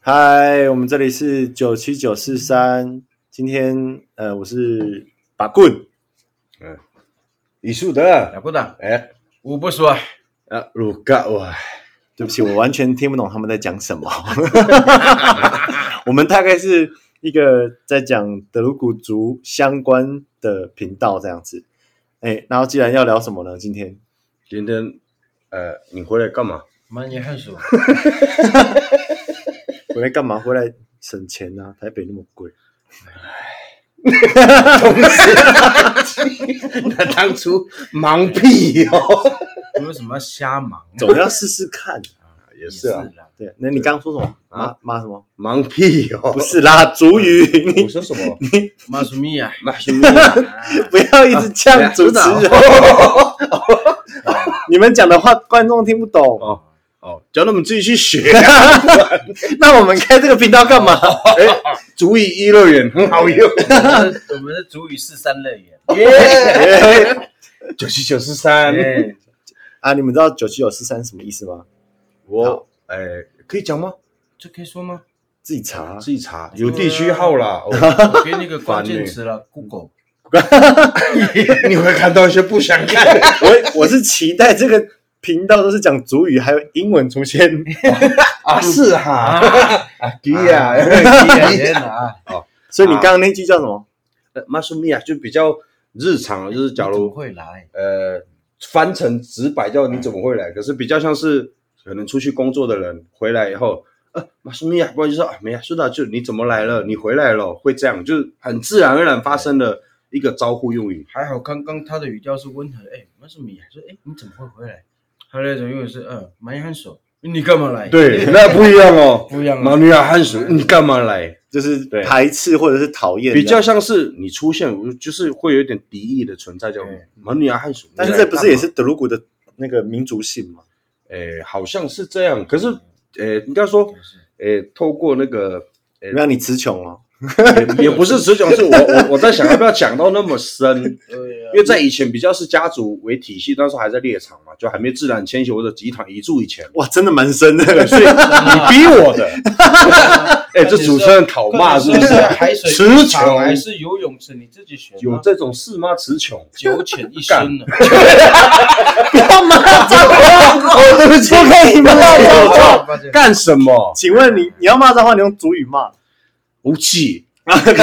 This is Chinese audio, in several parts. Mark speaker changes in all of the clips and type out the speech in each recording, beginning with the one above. Speaker 1: 嗨，我们这里是九七九四三，今天呃，我是把棍，
Speaker 2: 艺术的，
Speaker 3: 了不得，
Speaker 2: 哎，
Speaker 3: 我不说，
Speaker 2: 啊，鲁嘎哇，
Speaker 1: 对不起，我完全听不懂他们在讲什么。 我们大概是一个在讲德鲁古族相关的频道这样子。哎，然后既然要聊什么呢？今天
Speaker 2: 今天，呃，你回来干嘛？
Speaker 3: 蛮你很熟，
Speaker 1: 回来干嘛？回来省钱啊！台北那么贵，
Speaker 2: 那当初忙屁哦，
Speaker 3: 我有什么瞎忙？
Speaker 1: 总要试试看。
Speaker 2: 也
Speaker 3: 也
Speaker 2: 是啊，
Speaker 3: 啦，
Speaker 1: 对，那你刚刚说什么？妈
Speaker 2: 啊
Speaker 1: 妈什么？
Speaker 2: 忙屁哦，
Speaker 1: 不，是啦，族语，
Speaker 2: 我
Speaker 1: 你
Speaker 2: 说什么？
Speaker 3: 妈什么啊呀？
Speaker 2: 那什么？
Speaker 1: 不要一直
Speaker 2: 哎
Speaker 1: 呛
Speaker 2: 呀
Speaker 1: 主持
Speaker 2: 真
Speaker 1: 人， 你们讲的话观众听不懂。
Speaker 2: 哦哦，叫他们自己去学。啊
Speaker 1: 那我们开这个频道干嘛？
Speaker 2: 哎，足以一乐园很好用，
Speaker 3: 我们的 我们的主语是三乐园，
Speaker 1: 哎
Speaker 2: 九七九四三，
Speaker 3: 哎
Speaker 1: 啊，你们知道九七九四三什么意思吗？
Speaker 2: 我哎，可以讲吗？啊
Speaker 3: 这可以 说吗？
Speaker 1: 自己查。
Speaker 2: 自己查，有地区号 啦。哦
Speaker 3: 我给你个关键词了，Google。
Speaker 2: 你会看到一些不想看的。
Speaker 1: 我我是期待这个频道都是讲主语，还有英文出现。
Speaker 2: 啊，是哈，啊，对呀，
Speaker 3: 哎天哪！
Speaker 1: 所以你刚刚那句叫什么？
Speaker 2: 呃，马苏米亚就比较日常，就是假
Speaker 3: 你怎么
Speaker 2: 如
Speaker 3: 会来？
Speaker 2: 呃翻成直白叫你怎么会来，可是比较像是可能出去工作的人回来以后，呃，马苏米亚，不然就说啊，没啊，苏达就你怎么来了？你回来了，会这样，就是很自然而然发生的一个招呼用语。
Speaker 3: 还好刚刚他的语调是温和，哎，妈什么呀？说哎，你怎么会回来？他那种又是嗯，蛮很熟，你干嘛来？，
Speaker 2: 对，那不一样哦，
Speaker 3: 不一样啊
Speaker 2: 马米亚汉属，你干嘛来？
Speaker 1: 就是
Speaker 2: 对
Speaker 1: 排斥或者是讨厌，
Speaker 2: 比较。像是你出现，我就是会有一点敌意的存在，叫
Speaker 3: 对
Speaker 2: 马米亚汉属。
Speaker 1: 但是这不是也是德鲁古的那个民族性吗？
Speaker 2: 诶，哎好像是这样。可是，诶，应该说，诶，透过那个，
Speaker 1: 让你词穷哦。。
Speaker 2: 也也不是只讲，是我我我在想要不要讲到那么深，
Speaker 3: 对啊
Speaker 2: 因为在以前比较是家族为体系，那时候还在猎场嘛，就还没自然迁徙或者集团移住以前
Speaker 1: 哇，真的蛮深的。
Speaker 2: 对，所以你逼我的，哎，这主持人讨骂是不是？
Speaker 3: 海水
Speaker 2: 词
Speaker 3: 浴场还
Speaker 2: 穷
Speaker 3: 是游泳池？你自己选吗。
Speaker 2: 有这种事吗？词穷，
Speaker 3: 九浅一深啊 呢。
Speaker 1: 不要骂脏 话，我哦对不起，不可以骂脏话。
Speaker 2: 哦干什么？
Speaker 1: 请问你你要骂脏话，你用主语 骂。
Speaker 2: 无忌，
Speaker 1: OK，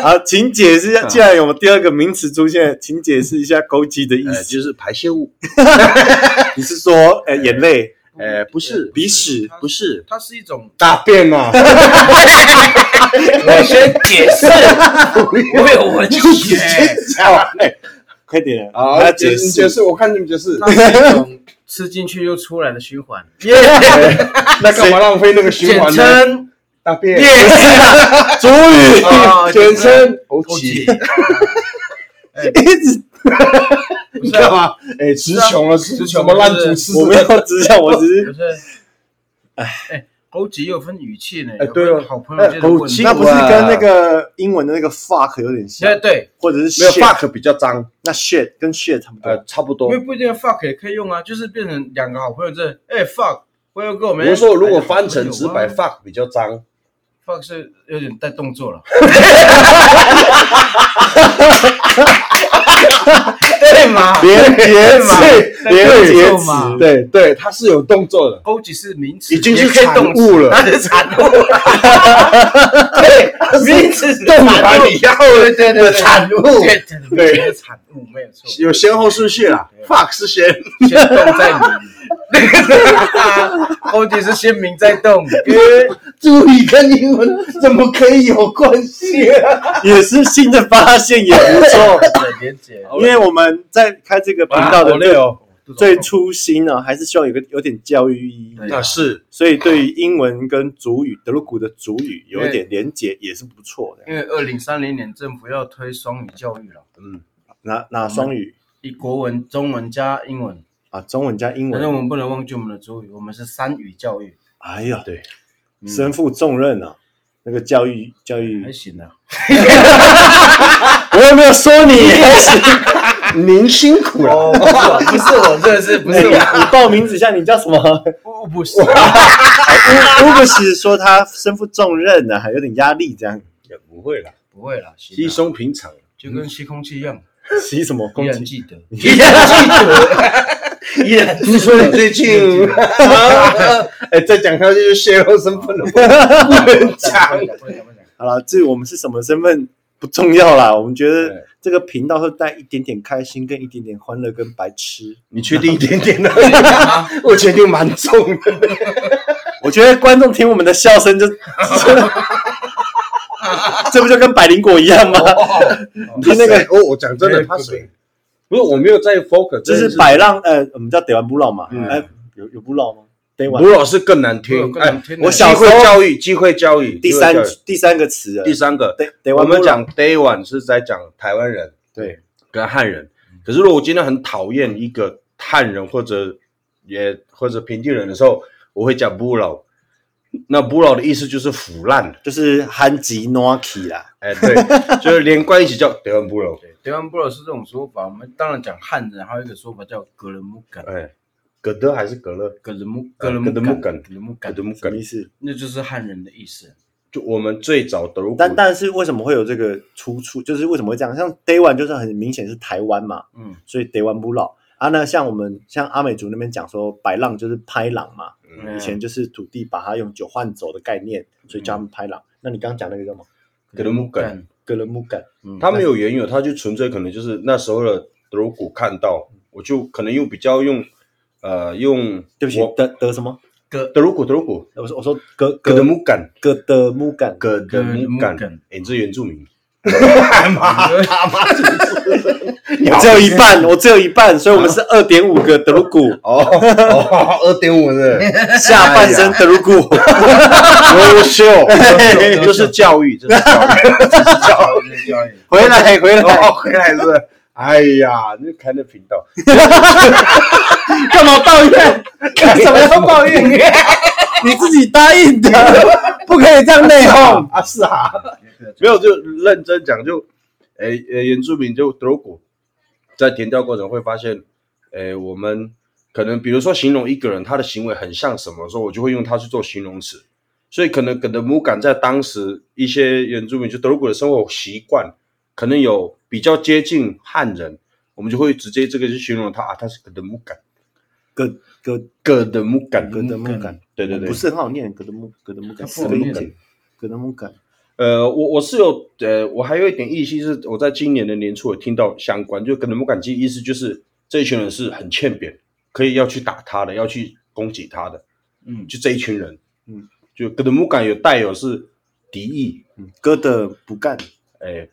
Speaker 1: 好，请解释一
Speaker 2: 嗯
Speaker 1: 下，既然有第二个名词出现，请解释一下“勾稽”的意
Speaker 2: 呃，
Speaker 1: 思。
Speaker 2: 就是排泄物，
Speaker 1: 你是说，呃，眼泪、
Speaker 2: 哎，不是，
Speaker 1: 鼻屎
Speaker 2: 不是
Speaker 3: 它是一种
Speaker 2: 大便啊。
Speaker 3: 哎我先解释，我有文学，
Speaker 2: 哎，
Speaker 1: 快点，
Speaker 2: 好，
Speaker 1: 来
Speaker 2: 解
Speaker 1: 解
Speaker 2: 释
Speaker 1: 释
Speaker 2: 解。释，我看你们解释。
Speaker 3: 它是哎一种吃进去又出来的循环，
Speaker 2: 那干嘛浪费那个循
Speaker 3: 简
Speaker 2: 环呢？
Speaker 3: 称
Speaker 2: 大便
Speaker 3: 便
Speaker 1: 主语
Speaker 2: 哎
Speaker 3: 啊，
Speaker 2: 全身枸
Speaker 3: 枸
Speaker 2: 杞，
Speaker 3: 杞，
Speaker 1: 一直，
Speaker 3: 不
Speaker 2: 你
Speaker 3: 是
Speaker 2: 干
Speaker 3: 啊
Speaker 2: 嘛？哎，词穷了，词
Speaker 3: 词
Speaker 2: 什
Speaker 3: 穷
Speaker 2: 么
Speaker 3: 了
Speaker 2: 烂
Speaker 3: 是
Speaker 2: 主持？
Speaker 3: 不
Speaker 1: 我没有指向，我只
Speaker 3: 不
Speaker 1: 是
Speaker 3: 是，哎，枸杞有分语气呢，
Speaker 2: 哎
Speaker 3: 有
Speaker 2: 对哦
Speaker 3: 分好朋友间的
Speaker 2: 哎枸
Speaker 3: 问
Speaker 2: 杞
Speaker 3: 题，
Speaker 1: 那不是跟那个英文的那个 fuck 有点像
Speaker 3: 哎，对，
Speaker 1: 或者是
Speaker 2: 没有
Speaker 1: shit，
Speaker 2: fuck 比较脏，
Speaker 1: 那 shit 跟 shit 差不
Speaker 2: 呃
Speaker 1: 多。，
Speaker 2: 差不
Speaker 3: 因
Speaker 2: 多
Speaker 3: 为。不一定 fuck 也可以用啊，就是变成两个好朋友这，哎 fuck，我有跟
Speaker 2: 我
Speaker 3: 我
Speaker 2: 哎
Speaker 3: 们哎
Speaker 2: 是说，如果翻成直白
Speaker 3: ，fuck
Speaker 2: ，fuck 比较脏，
Speaker 3: fuck 是有点带动作了， 对嘛？
Speaker 1: 连结 词，
Speaker 3: 对嘛
Speaker 1: 连结
Speaker 3: 对
Speaker 1: 词
Speaker 3: 嘛，
Speaker 2: 对对，它是有动作的，
Speaker 3: 枸杞是名词，
Speaker 2: 已经是
Speaker 3: 也可以
Speaker 2: 产
Speaker 3: 动
Speaker 2: 物
Speaker 3: 词
Speaker 2: 了
Speaker 3: 它是产物。 对，名词 是
Speaker 2: 动
Speaker 3: 产
Speaker 2: 完
Speaker 3: 物
Speaker 2: 以后
Speaker 3: 对对对，
Speaker 2: 的产物
Speaker 3: 对对对，对产物没有错，
Speaker 2: 有先后顺序啦。fuck 是先，
Speaker 3: 先动再鸣。枸杞是先鸣再 动，
Speaker 2: 哦注意跟英文 怎么可以有关系啊？
Speaker 1: 也是新的发现，也不 错。
Speaker 3: 对连接。
Speaker 1: 因为我们在开这个频道的
Speaker 2: 好累哦。
Speaker 1: 最初心呢，还是希望有个有点教育意义。
Speaker 3: 对
Speaker 2: 那是
Speaker 1: 所以对于英文跟主语，德鲁古的主语有一点连结，也是不错的。
Speaker 3: 因为二零三零年政府要推双语教育了，
Speaker 1: 哪哪双语
Speaker 3: 以国文、中文加英文，
Speaker 1: 啊？中文加英
Speaker 3: 反正
Speaker 1: 文。
Speaker 3: 我们不能忘记我们的主语，我们是三语教育，
Speaker 1: 哎呀，
Speaker 2: 对，
Speaker 1: 身负重任啊！那个教育教育
Speaker 3: 还，行啊。
Speaker 1: 我有没有说你？
Speaker 2: 您辛苦了。
Speaker 3: 哦，不是我，不是我，真的是不
Speaker 1: 哎
Speaker 3: 是
Speaker 1: 你
Speaker 3: 我，
Speaker 1: 你报名字一下，你叫什么？
Speaker 3: 我不是，
Speaker 1: 乌乌布斯说他身负重任呢、啊，还有点压力，这样
Speaker 2: 也不会啦，
Speaker 3: 不会啦，行啦
Speaker 2: 稀松平常。
Speaker 3: 就跟吸空气一样，
Speaker 1: 洗什么
Speaker 3: 依
Speaker 1: 空
Speaker 3: 然
Speaker 1: 气？
Speaker 3: 记得，
Speaker 2: 依然记得，依然你说你最近， 哎，再讲下去就泄露身份了，不能讲。
Speaker 3: 不能讲，不能讲。
Speaker 1: 好了，至于我们是什么身份不重要啦，我们觉
Speaker 2: 对
Speaker 1: 得这个频道会带一点点开心，跟一点点欢乐，跟白痴。
Speaker 2: 你确定一点点的？ 我确定蛮重的。
Speaker 1: 我觉得观众听我们的笑声就， 这不就跟百灵果一样吗？
Speaker 2: 他
Speaker 1: 听那个
Speaker 2: 哦，我讲真的，他谁？不是，我没有在 focus，
Speaker 1: 就是百浪，呃，我们叫德湾布朗嘛，
Speaker 2: 嗯
Speaker 1: 哎，有有布朗吗？德湾
Speaker 2: 吴老师更难
Speaker 3: 我有
Speaker 2: 听。
Speaker 3: 更
Speaker 2: 哎
Speaker 3: 难，听的
Speaker 1: 我
Speaker 2: 机
Speaker 1: 小
Speaker 2: 会教育，机会教育，
Speaker 1: 第
Speaker 2: 机会
Speaker 1: 三
Speaker 2: 教育
Speaker 1: 第三个词了，
Speaker 2: 第三个，
Speaker 1: 德德
Speaker 2: 我
Speaker 1: 湾布
Speaker 2: 们
Speaker 1: 朗
Speaker 2: 讲 day one 是在讲台湾人
Speaker 1: 对
Speaker 2: 跟汉人。可是如果我今天很讨厌一个汉人或者也或者平地人的时候，我会讲不老。那不老的意思就是腐烂，
Speaker 1: 就是韩吉诺基啦，
Speaker 2: 哎， 对，就是连贯一起叫台湾不老，
Speaker 3: 对，台湾布老师这种说法，我们当然讲汉人，还有一个说法叫格伦木杆，
Speaker 2: 哎，葛德还是葛勒，
Speaker 3: 格伦木
Speaker 2: 呃
Speaker 3: 格伦木
Speaker 2: 格伦木
Speaker 3: 杆，
Speaker 2: 杆
Speaker 3: 格伦木
Speaker 2: 葛
Speaker 3: 杆
Speaker 2: 德，木
Speaker 1: 什
Speaker 2: 梗
Speaker 1: 么意，思？
Speaker 3: 那就是汉人的意思。
Speaker 2: 就我们最早的如果
Speaker 1: 但但是为什么会有这个出处？就是为什么会这样？像 Day One 就是很明显是台湾嘛，
Speaker 3: 嗯，
Speaker 1: 所以 Day One 不老啊。那像我们像阿美族那边讲说，白浪就是拍浪嘛，
Speaker 2: 嗯
Speaker 1: 以前就是土地把它用酒换走的概念，所以叫他们拍浪。那你刚刚讲那个叫什么？
Speaker 2: 格伦木杆，
Speaker 1: 格伦木杆，
Speaker 3: 嗯，
Speaker 2: 他没有缘由，他就纯粹可能就是那时候的如果看到，我就可能又比较用，呃，用
Speaker 1: 对不起
Speaker 2: 我，
Speaker 1: 德德什么？
Speaker 3: 格
Speaker 2: 德鲁古德鲁古
Speaker 1: 我说我说格
Speaker 2: 葛德
Speaker 1: 格
Speaker 2: 木杆
Speaker 1: 格德木杆，
Speaker 2: 葛德木
Speaker 3: 葛德
Speaker 2: 杆
Speaker 3: 木杆，
Speaker 2: 哎，你是原住民，
Speaker 1: 我只有一半，我只有一半，所以我们是二点五个德鲁古，
Speaker 2: 哦哦，二点五的
Speaker 1: 下半身德鲁古。
Speaker 2: 哦优秀，
Speaker 3: 优秀
Speaker 2: 这是教育，这是教育，
Speaker 3: 教育教育，
Speaker 1: 回来回来，
Speaker 2: 哦，回来是不是，哎呀，你开那频道，
Speaker 1: 干嘛抱怨？干什么要抱怨？你自己答应的，不可以这样内讧。
Speaker 2: 啊是啊，没有就认真讲就，哎呃原住民就德国，在填调过程会发现，哎我们可能比如说形容一个人他的行为很像什么，时候我就会用它去做形容词，所以可能葛德姆感在当时一些原住民就德国的生活习惯，可能有比较接近汉人，我们就会直接这个去形容他啊，他是葛德姆感，
Speaker 1: 格格
Speaker 2: 葛德姆感，
Speaker 1: 格德木杆，
Speaker 2: 对对对
Speaker 1: 不，是很好念，格德木格德木杆
Speaker 3: 它
Speaker 1: 四
Speaker 3: 不好
Speaker 1: 个音
Speaker 3: 念
Speaker 1: 节，格德木杆。
Speaker 2: 呃，我我是有呃，我还有一点意思是，我在今年的年初有听到相关，就可能不感激，意思就是这一群人是很欠扁，可以要去打他的，要去攻击他的，
Speaker 3: 嗯，
Speaker 2: 就这一群人，
Speaker 1: 嗯，
Speaker 2: 就格德姆感有带有是敌意，
Speaker 1: 嗯哥的不干，
Speaker 2: 哎，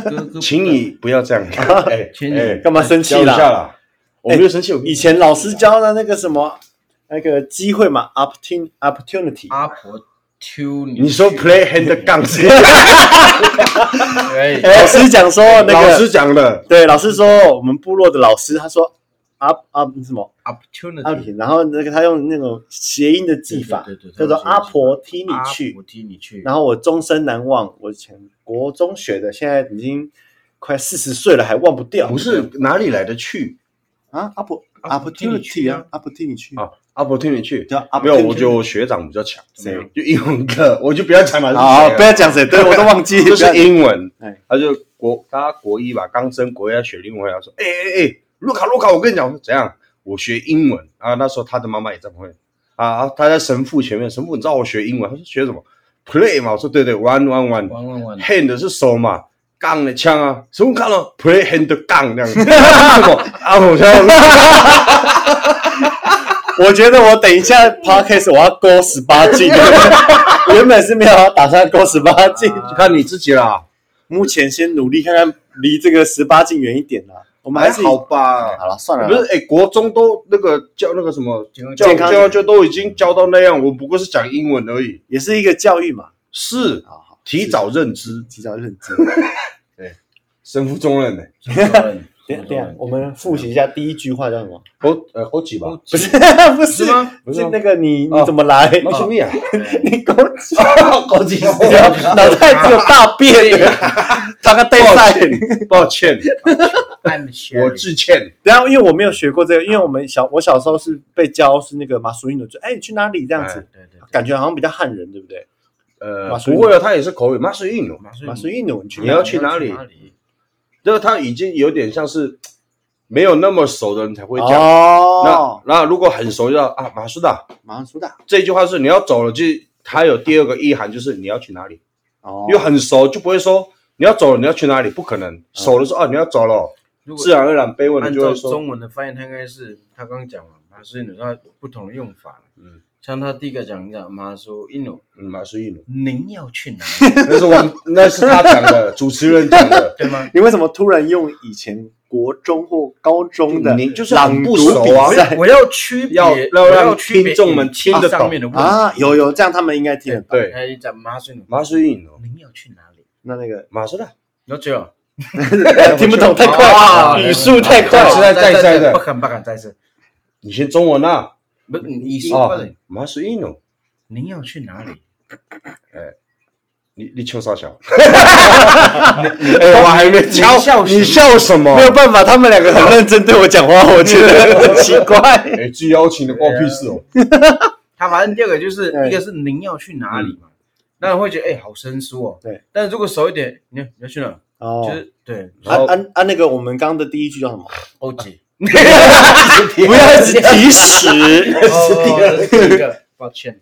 Speaker 3: 格格
Speaker 2: 请你不要这样，哎，
Speaker 3: 请你
Speaker 2: 哎
Speaker 1: 干嘛生气
Speaker 2: 教一下
Speaker 1: 啦？
Speaker 2: 啦，我没有生气，我
Speaker 1: 以前老师教的那个什么那个机会嘛，opportun opportunity，
Speaker 3: 阿婆丢你
Speaker 2: 你说 play hand gun 是
Speaker 3: 哎，
Speaker 1: 老师讲说那
Speaker 2: 老
Speaker 1: 个
Speaker 2: 师讲的，
Speaker 1: 对，老师说我们部落的老师他说 up up 什么
Speaker 3: opportunity
Speaker 1: up，然后那个他用那种谐音的技法
Speaker 3: 对对，
Speaker 1: 叫
Speaker 3: 对对啊
Speaker 1: 做阿婆踢你
Speaker 3: 阿
Speaker 1: 去
Speaker 3: 婆，踢你去，
Speaker 1: 然后我终身难忘，我以前国中学的，现在已经快四十岁了，还忘不掉。
Speaker 2: 不是哪里来的去
Speaker 1: 啊，阿婆
Speaker 3: 阿婆替你去
Speaker 1: opportunity
Speaker 3: 啊
Speaker 1: 啊，阿婆替你去，
Speaker 2: 啊，阿伯啊听你去，
Speaker 1: 叫阿
Speaker 2: 没有，我觉得我学长比较强，
Speaker 1: 谁
Speaker 2: 就英文课，我就啊不要讲了，
Speaker 1: 啊好，不要讲谁， 对我都忘记，
Speaker 2: 这是
Speaker 1: 英
Speaker 2: 英文
Speaker 1: 哎，
Speaker 2: 他就国他国一吧，刚升国一要学英文回来，他说，哎哎哎，卢卡卢卡，我跟你讲，我说怎样？我学英文啊，那时候他的妈妈也在旁边啊，他在神父前面，神父你知道我学英文，他说学什么？play 嘛，我说对对，one one one
Speaker 3: 玩玩玩，
Speaker 2: hand 是手嘛。杠的枪啊，神父看了 play hand 杠这样子， 什么啊？我说
Speaker 1: 我觉得我等一下 podcast 我要勾十八 禁，原本是 没有要打算勾十八禁，
Speaker 2: 看你自己啦，
Speaker 1: 目前先努力看看离这个十八禁远一点啦。我们还
Speaker 2: 还
Speaker 1: 是
Speaker 2: 好吧？
Speaker 1: 好了，算了
Speaker 2: 不
Speaker 1: 啦，
Speaker 2: 是，哎、国中都那个教那个什么
Speaker 3: 健康
Speaker 1: 嗯
Speaker 2: 教
Speaker 1: 健康
Speaker 2: 教就都已经教到那样，我不过是讲英文而已。
Speaker 1: 也是一个教育嘛，
Speaker 2: 是
Speaker 1: 好好
Speaker 2: 提早认知，
Speaker 1: 提早认知。
Speaker 2: 身负重任呢、
Speaker 3: 真的
Speaker 1: 等一
Speaker 2: 啊
Speaker 1: 下等一下，我们复习一下第一句话叫什么？
Speaker 2: 好呃好几吧，
Speaker 1: 不是 不是
Speaker 3: 是吗
Speaker 2: 不是
Speaker 1: 是
Speaker 2: 吗
Speaker 1: 那个你
Speaker 2: 哦
Speaker 1: 你怎么来？
Speaker 2: 马什么 呀？
Speaker 1: 你给我讲
Speaker 2: 好几吧
Speaker 1: 脑袋只有大 便，他个带
Speaker 2: 抱
Speaker 1: 赛。
Speaker 2: 歉抱歉，
Speaker 3: ，I'm
Speaker 2: 我
Speaker 3: Sherry，
Speaker 2: 致歉。
Speaker 1: 然啊后因为我没有学过这个，因为我们小我小时候是被教是那个马苏印的，就哎你去哪里这样子，
Speaker 3: 对对对，
Speaker 1: 感觉好像比较汉人，对不对？
Speaker 2: 呃
Speaker 1: 马，水
Speaker 2: 不会哦，他也是口语，马水印哦，
Speaker 3: 马
Speaker 1: 马苏
Speaker 3: 上
Speaker 1: 印的，哦你去
Speaker 2: 你要去哪
Speaker 3: 哪
Speaker 2: 里就是他已经有点像是没有那么熟的人才会讲。
Speaker 1: 哦
Speaker 2: 那，那如果很熟就要啊，马苏达
Speaker 1: 马苏达
Speaker 2: 这句话是你要走了，就它有第二个意涵，就是你要去哪里，
Speaker 1: 哦
Speaker 2: 因为很熟就不会说你要走了，你要去哪里，不可能。熟的时候啊，你要走了，
Speaker 3: 如
Speaker 2: 自
Speaker 3: 果
Speaker 2: 然而然被问
Speaker 3: 按
Speaker 2: 啊你就
Speaker 3: 照
Speaker 2: 会说
Speaker 3: 中文的翻译，它应该是他刚刚讲了马苏印度，它有不同的用法。
Speaker 2: 嗯
Speaker 3: 嗯，像他第一个讲讲马苏印度，，
Speaker 2: 嗯马苏印奴
Speaker 3: 您要去哪里？
Speaker 2: 那是我 那是他讲的，主持人讲 的，
Speaker 3: 对 吗？
Speaker 1: 你为什么突然用以前国中或高中的
Speaker 2: 你就是
Speaker 1: 朗
Speaker 2: 很
Speaker 1: 读
Speaker 2: 不熟啊
Speaker 1: 比赛
Speaker 3: 我要区别，
Speaker 2: 要
Speaker 3: 我
Speaker 2: 要让
Speaker 3: 区
Speaker 2: 听
Speaker 3: 别
Speaker 2: 众们听得
Speaker 3: 上面的
Speaker 2: 懂
Speaker 3: 问题。
Speaker 1: 啊？哎有有，这样他们应该听得懂。
Speaker 2: 对，
Speaker 3: 他一讲马苏印度，
Speaker 2: 马苏印奴，
Speaker 3: 您要去哪里？
Speaker 1: 那那个
Speaker 2: 马苏达，
Speaker 3: 要去哦。
Speaker 1: 哎听不懂太
Speaker 3: 啊
Speaker 1: 快，语速太快
Speaker 3: 哦
Speaker 2: 再。次再再再再
Speaker 3: 不敢不敢再次，
Speaker 2: 你先中文啊，
Speaker 3: 不是你说
Speaker 2: 哦
Speaker 3: 过的，，
Speaker 2: 马苏印奴，
Speaker 3: 您要去哪里？
Speaker 2: 你你求啥笑？你你哎，我还没
Speaker 3: 你
Speaker 2: 教
Speaker 3: 笑什么
Speaker 2: 你笑什么
Speaker 1: 没？有办法，他们两个很认真对我讲话，我觉得很奇怪。
Speaker 2: 哎，自邀请的关我屁事哦。
Speaker 3: 他反正第二个就是
Speaker 1: 对嗯
Speaker 3: 一个是您要去哪里嘛，那人会觉得哎好生疏哦。
Speaker 1: 对，
Speaker 3: 但是如果熟一点，你看你要去哪？就
Speaker 1: 哦，
Speaker 3: 是对，
Speaker 1: 啊啊啊！那个我们刚刚的第一句叫什么？
Speaker 3: 欧姐，
Speaker 1: 不要一直提屎，
Speaker 3: 哦这是第一个，抱歉，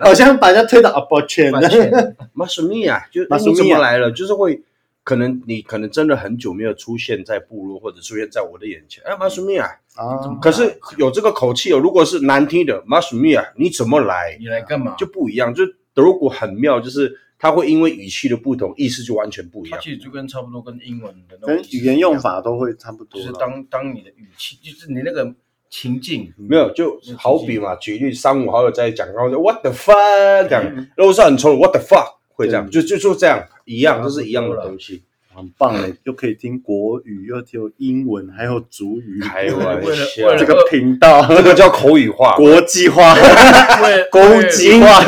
Speaker 1: 好像把人家推到 a b o r t i o
Speaker 3: 抱
Speaker 1: n
Speaker 3: 歉，
Speaker 2: 马什么呀？啊就
Speaker 1: 马
Speaker 2: 马
Speaker 3: 啊
Speaker 1: 什么呀
Speaker 2: 你怎么来了？就是会，可能你可能真的很久没有出现在部落，或者出现在我的眼前。哎，马什么呀？
Speaker 1: 啊
Speaker 2: 可是有这个口气哦。如果是难听的马什么呀，啊你怎么来
Speaker 3: 你来干 嘛？
Speaker 2: 就不一样。就德鲁古很妙，就是它会因为语气的不同，意思就完全不一
Speaker 3: 它
Speaker 2: 样。
Speaker 3: 其实就跟差不多跟英文的那
Speaker 1: 跟
Speaker 3: 种
Speaker 1: 语言用，法都会差不
Speaker 3: 就
Speaker 1: 多
Speaker 3: 是
Speaker 1: 了。
Speaker 3: 当当你的语气，就是你那个情境，
Speaker 1: 嗯
Speaker 2: 没有，就好比
Speaker 3: 嗯
Speaker 2: 嘛，举例三五好友在讲，然后说 What the fuck 这
Speaker 3: 嗯
Speaker 2: 样，如果是很冲，What the fuck 会这样，就就就这样一样，这是一样的东西。
Speaker 1: 很棒嘞，又可以听国语，又听英文，还有主语，
Speaker 2: 开玩
Speaker 3: 为了
Speaker 2: 笑，
Speaker 1: 这
Speaker 2: 这
Speaker 3: 为
Speaker 2: 个
Speaker 3: 了
Speaker 1: 个频道
Speaker 2: 这个叫口语 化。
Speaker 1: 国际化、
Speaker 3: 为
Speaker 1: 国际化，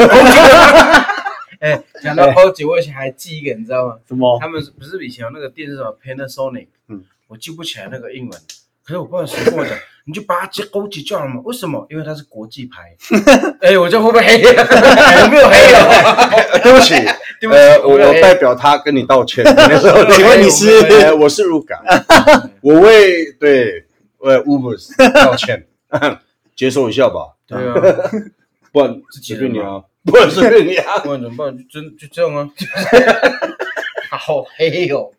Speaker 3: 哎，讲到欧姐，我以前还记一个，你知道吗？
Speaker 1: 什么
Speaker 3: 他们是不是以前有那个电视什么 Panasonic，
Speaker 1: 嗯
Speaker 3: 我记不起来那个英文，可是我不知道谁跟我讲， 你就把它接勾起就好了嘛。为什么？因为它是国际 牌。哎、我这会不会 黑？我没有黑哦，
Speaker 2: 哎对不起，
Speaker 3: 对不起，
Speaker 2: 呃，我
Speaker 3: 没有
Speaker 2: 我
Speaker 1: 哎
Speaker 3: 黑
Speaker 2: 代表他跟你道 歉。那时候
Speaker 1: 请问你是
Speaker 2: 呃我是 Ruka，我为对呃 Uber 道歉， 接受一下吧，
Speaker 3: 对啊，
Speaker 2: 不然
Speaker 3: 自己
Speaker 2: 随
Speaker 3: 人
Speaker 2: 便你
Speaker 3: 嘛
Speaker 2: 啊，不然随便你 啊。
Speaker 3: 不然怎么办？就真就这样啊， 好黑哦。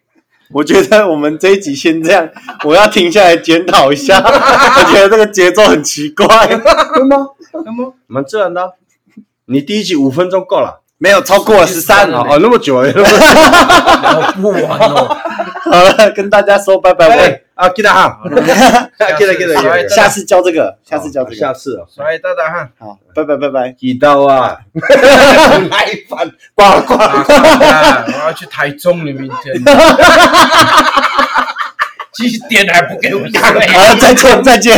Speaker 1: 我觉得我们这一集先这样，我要停下来检讨一下。我觉得这个节奏很奇怪，
Speaker 2: 会吗？
Speaker 3: 那么
Speaker 2: 蛮自然的啊。你第一集五分钟够了，
Speaker 1: 没有超过了十三。
Speaker 2: 哦哦，那么 久哎。
Speaker 3: 聊不完哦，
Speaker 1: 好了，跟大家说拜拜。
Speaker 2: 哎啊，记得哈，记得记得记得
Speaker 3: 下次
Speaker 1: 我，哎下次教这个，下次教这
Speaker 2: 下
Speaker 1: 个。
Speaker 2: 次啊，
Speaker 3: 所以大大哈，
Speaker 1: 好，拜拜拜拜。
Speaker 2: 记到啊，太烦，挂挂。
Speaker 3: 啊我要去台中了，明 天几点还不给我睡？
Speaker 1: 好了，再见再见。